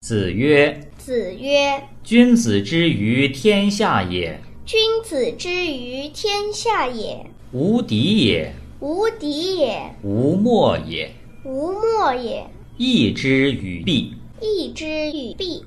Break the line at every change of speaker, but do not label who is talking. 子曰
子曰：“
君子之于天下也，：“
君子之于天下也，
无敌也，
无敌也，
无莫也。
无莫也。
义之与弊。”
义之与弊。”